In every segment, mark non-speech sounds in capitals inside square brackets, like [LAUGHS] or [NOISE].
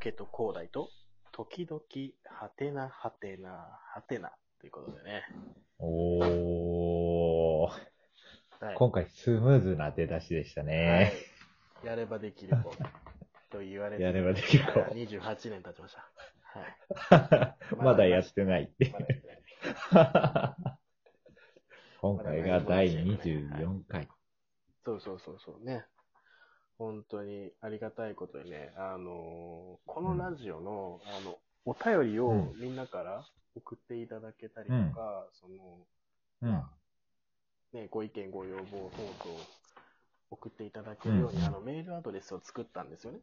ケと広大と、時々、はてなはてな、はてな、ということでね。おー。はい。今回スムーズな出だしでしたはいね。やればできる [LAUGHS] 子。と言われて。やればできる子28年経ちました。はい。 [LAUGHS] まだやってない [LAUGHS] って。まだやってない今回が第24回。そうそうそうそうね。本当にありがたいことにね、あのーこのラジオの、あの、お便りうをんみんなから送っていただけたりとか、その、うん。ね、ご意見、ご要望等々送っていただけるように、うんあの、メールアドレスを作ったんですよね。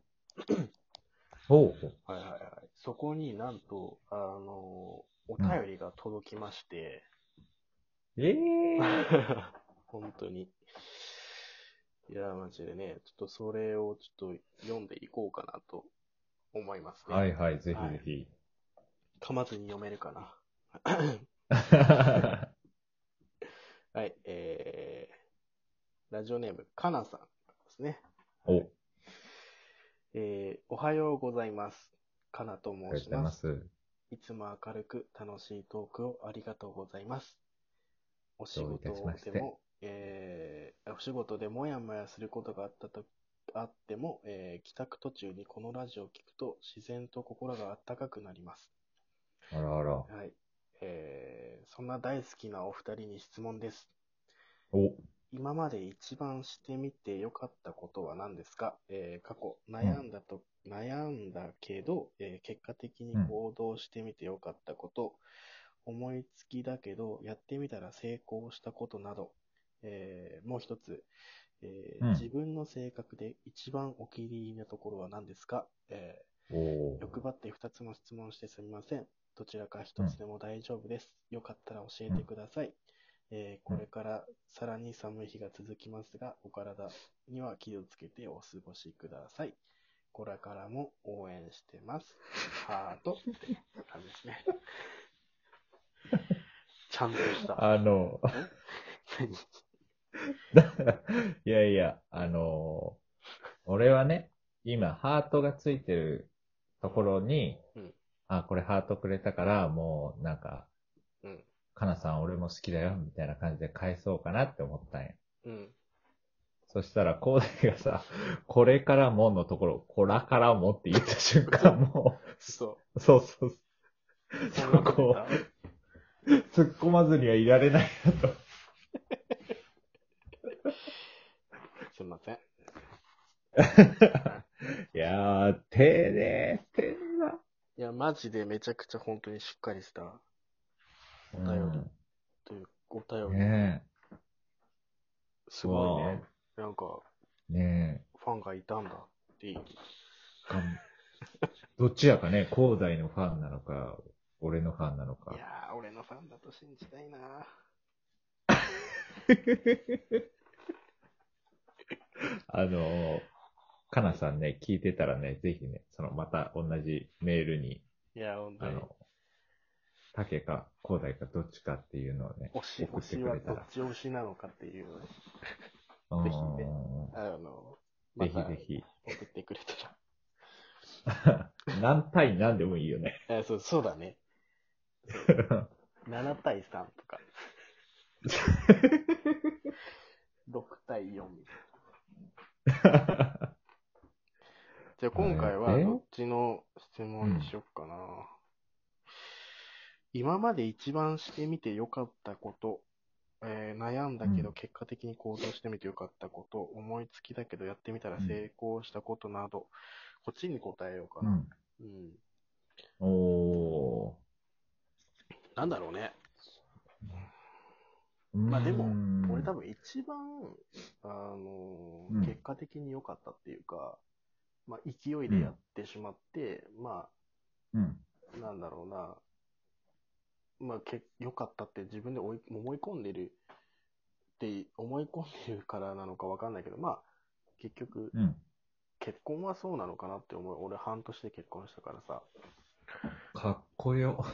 おう。はいはいはい。そこになんと、あのーお便りが届きまして、えー。 [LAUGHS] 本当に。いや、マジでね、ちょっとそれをちょっと読んでいこうかなと思いますね。はいはい、ぜひぜひ。噛まずに読めるかな。 [LAUGHS] はい、えー、ラジオネーム、かなさんですね。お、ありえー、おはようございます。かなとがとうご申しざいま。ますす。いつも明るく楽しいトークをありがとうございます。お仕どうい事たしましてでも、えーお仕事でもやもやすることがあったとあっても、えー帰宅途中にこのラジオを聞くと自然と心が温かくなります。あらあら。はい。えーそんな大好きなお二人に質問です。お、今まで一番してみて良かったことは何ですか、えー過去悩んだと、悩んだけど、えー結果的に行動してみて良かったこと、思いつきだけど、やってみたら成功したことなど、えーもう一つ、えーうん自分の性格で一番お気に入りなところは何ですか、えおー、欲張って二つも質問してすみません。どちらか一つでも大丈夫です。よかったら教えてください。えーこれからさらに寒い日が続きますが、お体には気をつけてお過ごしください。これからも応援してます。ハートって感じですね。ちゃんとした。あの、何いやいや、あのー俺はね、今、ハートがついてるところに、うんあ、これハートくれたから、もう、なんか、うん。かなさん俺も好きだよ、みたいな感じで返そうかなって思ったんや。うん。そしたら、コーデがさ、これからものところ、こらからもって言った瞬間、も、そうそうそうう。そこ突っ込まずにはいら [LAUGHS] れないなと。すいません。いやー、丁寧、丁寧だ。いや、マジでめちゃくちゃ本当にしっかりした、お便りという、おう便んり。ねすごいね。なんか、え、ねファンがいたんだっていう。え、がんどっちやかね、広大のファンなのか、俺のファンなのいか。やー、俺のファンだと信じたいなあのー、かなさんね、聞いてたらね、ぜひね、その、また同じメールに、いや、本当あに。の、竹か、広大か、どっちかっていうのをね、推し、送っ推てしくはれたどっら。ち推しなのかっていうのね。うんぜひねあの、まぜたひぜ送ってくれたひ。何対何でもいいよね。ら。えそう、そうだ [LAUGHS] ね。7対3とか。6対4みたいな。じゃあ今回はえどっちの質問にしよっかな。今まで一番してみてよかったこと、えー悩んだけうどん結果的に行動してみてよかったこと、思いつきだけどやってみたら成功したことなど、こっちに答えようかうな。ん。うん。おー。なんだろうね。まあでもも俺多分一番、あのーうん結果的に良かったっていうか、まあ勢いでやってしまって、まあうん。なんだろうな、まあ、け良かったって自分で追い思い込んでるって思い込んでるからなのかわかんないけど、まあ、結局、うん。結婚はそうなのかなって思う。俺、半年で結婚したからさ。かっこよ。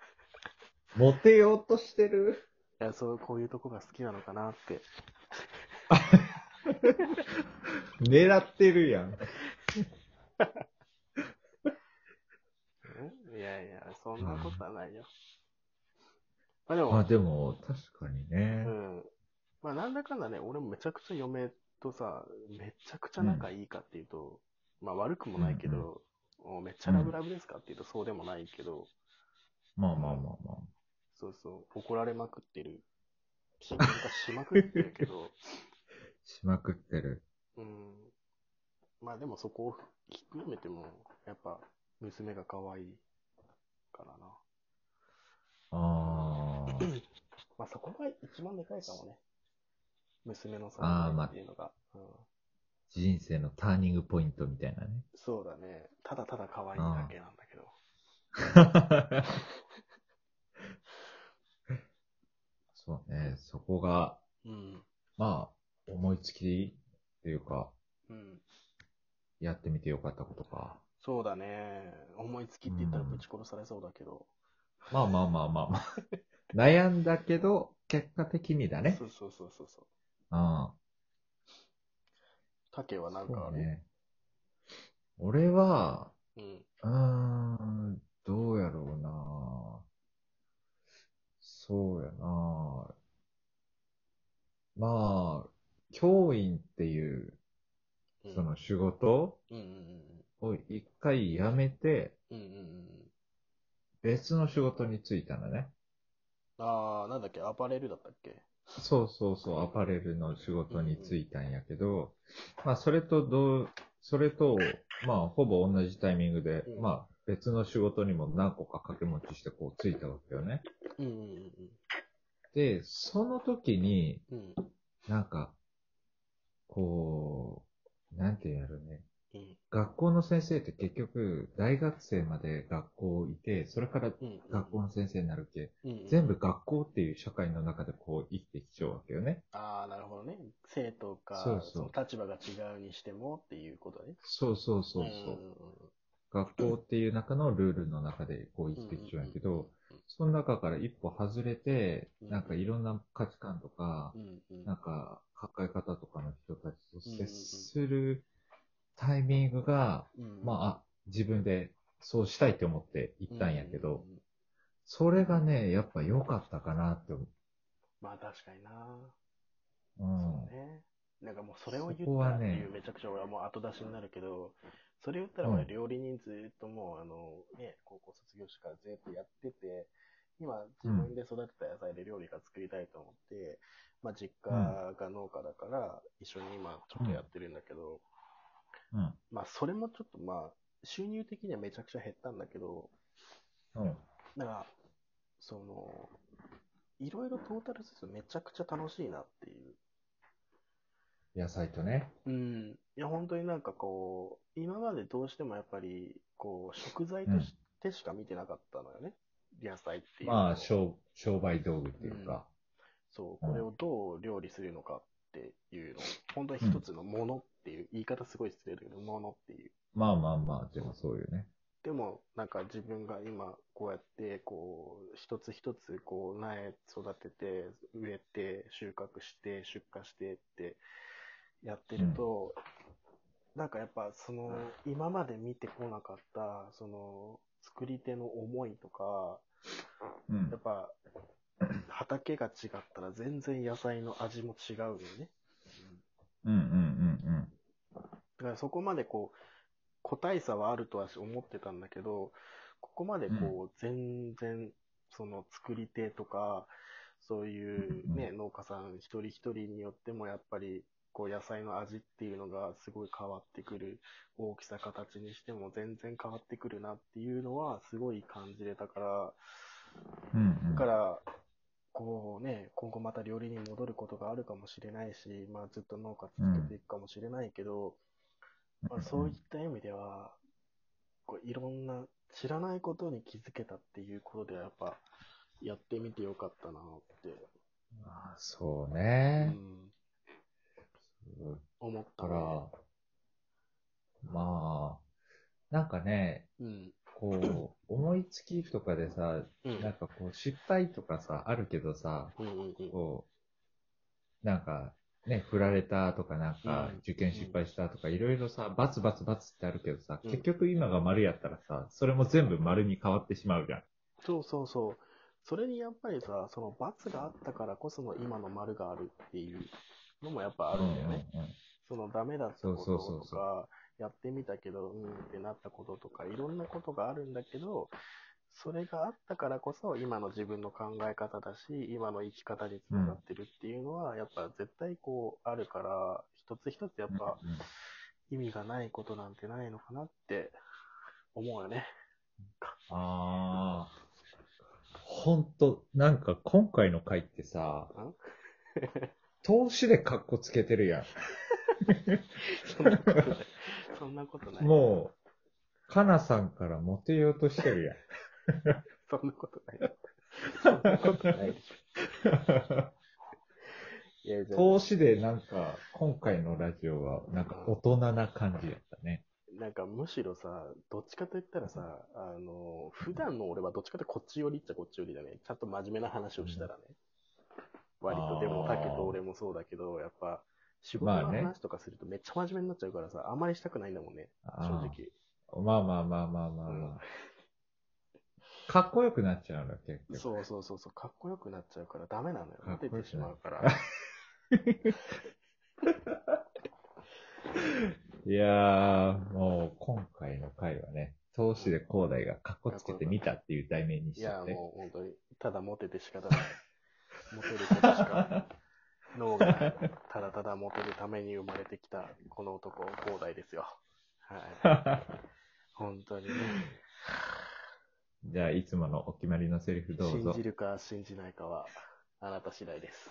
[LAUGHS] モテようとしてる。いや、そう、こういうとこが好きなのかなって。狙ってるやん。そんなことはないよ。まあでも、まあでも、確かにねう。ん。まあなんだかんだね、俺もめちゃくちゃ嫁とさ、めちゃくちゃ仲いいかっていうと、まあ悪くもないけど、おめっちゃラブラブですかっていうとそうでもないけど、まあまあまあまあ。そうそう、怒られまくってる。喧嘩しまくってるけ [LAUGHS] ど、しまくってる。うん。まあでもそこをひっくるめても、やっぱ娘が可愛いからな。ああ。 [CLEARS THROAT] まあそこが一番でかいかもね。娘の存あー在まあっていうのが。うん、人生のターニングポイントみたいな [LAUGHS] ね。そうだね。ただただ可愛いだけなんだけど。そうね、そこが、うん。まあ、思いつきっていうか、うん。やってみてよかったことか。そうだね。思いつきって言ったらぶち殺されそうだけど。まあまあまあまあ [LAUGHS] まあ。悩んだけど、結果的にだねそ。うそうそうそうそう。うん。竹はなんかそあうるね。俺は、うん。うーん、どうやろうなそうやなまあ、教員っていう、うんその仕事うんうんを一回辞めて、うんうん。うんうんうん。別の仕事に就いたのね。ああ、なんだっけ、アパレルだったっけそうそうそう、アパレルの仕事に就いたんやけど、まあ、それとどう、それと、まあ、ほぼ同じタイミングで、うんまあ、別の仕事にも何個か掛け持ちして、こう、就いたわけよね。うんうんうんで、その時に、うん。うん。なんか、こう、なんてやるね。うん。学校の先生って結局、大学生まで学校いて、それからうん。学校の先生になるけ、うんうん全部学校っていう社会の中でこう生きてきちゃうわけよね。ああ、なるほどね。生徒か、そうそうの立場が違うにしてもっていうことね。そうそうそうそう。学校っていう中のルールの中でこう生きてきちゃうんやけど、その中から一歩外れて、なんかいろんな価値観とかう、んうんうん、なんか、か考え方とかの人たちと接するタイミングが、うんまあ、あ、自分でそうしたいって思って行ったんやけうどう、んうんそれがね、やっぱ良かったかなって思まあ確かにな、う。う。そうんね。なんかもうそれを言そこったらはってねいう、めちゃくちゃ俺はもう後出しになるけど、それ言ったらう俺ん料理人ずっともう、あの、ね、高校卒業してからずっとやってて、今自分で育てた野菜で料理が作りたいと思って、まあ実家が農家だから、一緒に今ちょっとやってるんだけど、うん。まあ、それもちょっとまあ、収入的にはめちゃくちゃ減ったんだけど、うん。だから、その、いろいろトータルするとめちゃくちゃ楽しいなっていう。野菜とね。うん。いや、本当になんかこう、今までどうしてもやっぱり、こう、食材としてしか見てなかったのよね。野菜っていうのを。まあ、商商売道具っていうか。そう、これをどう料理するのかっていうのを、本当に一つのものっていう、言い方すごい失礼だけど、ものっていう。まあまあまあ、でもそうよね。でも、なんか自分が今、こうやって、こう、一つ一つ、こう、苗育てて、植えて、収穫して、出荷してって、やってると、なんかやっぱ、その、今まで見てこなかった、その、作り手の思いとか、うんやっ。ぱ、畑が違ったら全然野菜の味も違うよね。うんうんうんうん。だからそこまでこう、個体差はあるとは思ってたんだけど、ここまでこう、全然、その作り手とか、そういうね、農家さん一人一人によってもやっぱり、こう野菜の味っていうのがすごい変わってくる。大きさ形にしても全然変わってくるなっていうのはすごい感じれたから、うんうんだから、こうね、今後また料理に戻ることがあるかもしれないし、まあずっと農家続けていくかもしれないけど、まあ、そういった意味では、こういろんな知らないことに気づけたっていうことではやっぱやってみてよかったなって、あそううね。ん、だ思ったかねら、まあ、なんかね、うん。こう、思いつきとかでさ、うん。なんかこう、失敗とかさ、あるけどさ、うんうんうん。こう、なんか、ね、振られたとか、なんかうん、受験失敗したとか、いろいろさ、バツバツバツってあるけどさ、うん結局今が丸やったらさ、それも全部丸に変わってしまうじゃん。そうそうそう。それにやっぱりさ、その罰があったからこその今の丸があるっていうのもやっぱあるんだよね。うんうんうんそのダメだったことそうそうそうとか、やってみたけど、うんってなったこととか、いろんなことがあるんだけど、それがあったからこそ、今の自分の考え方だし、今の生き方につながってるっていうのは、やっぱ絶対こう、あるから、一つ一つやっぱうんうん意味がないことなんてないのかなって思うよね。ああ。ほんと、なんか今回の回ってさん、 [LAUGHS] 投資でカッコつけてるや。そんなことない。そんなことなんい。もう、かなさんからモテようとしてるやん。そんなことない。そんなことない [LAUGHS] でしょ。いや、じゃあ投資でなんか、今回のラジオは、なんか大人な感じやったね。なんかむしろさ、どっちかと言ったらさ、あの、普段の俺はどっちかというとこっち寄りっちゃこっち寄りだね。ちゃんと真面目な話をしたらね。割あと、ーでも、たけと俺もそうだけど、やっぱ、仕事まのあね話とかするとめっちゃ真面目になっちゃうからさ、あんまりしたくないんだもんね、正あー直。まあまあまあまあまあうんまあ。かっこよくなっちゃうの、結局。そうそうそうそう、かっこよくなっちゃうからダメなのよ。かっ出こよくなていしまう [LAUGHS] から。いやー、もう今回の回はね、投資で広大がかっこつけてみたっていう題名にしいちゃやっ、て。もう本当に、ただモテて仕方ない。モテることしか、脳がない、ただただモテるために生まれてきた、この男、兄弟ですよ。はい。本当にね。 [LAUGHS] じゃあ、いつものお決まりのセリフどう信ぞじ。るか信じないかは、あなた次第です。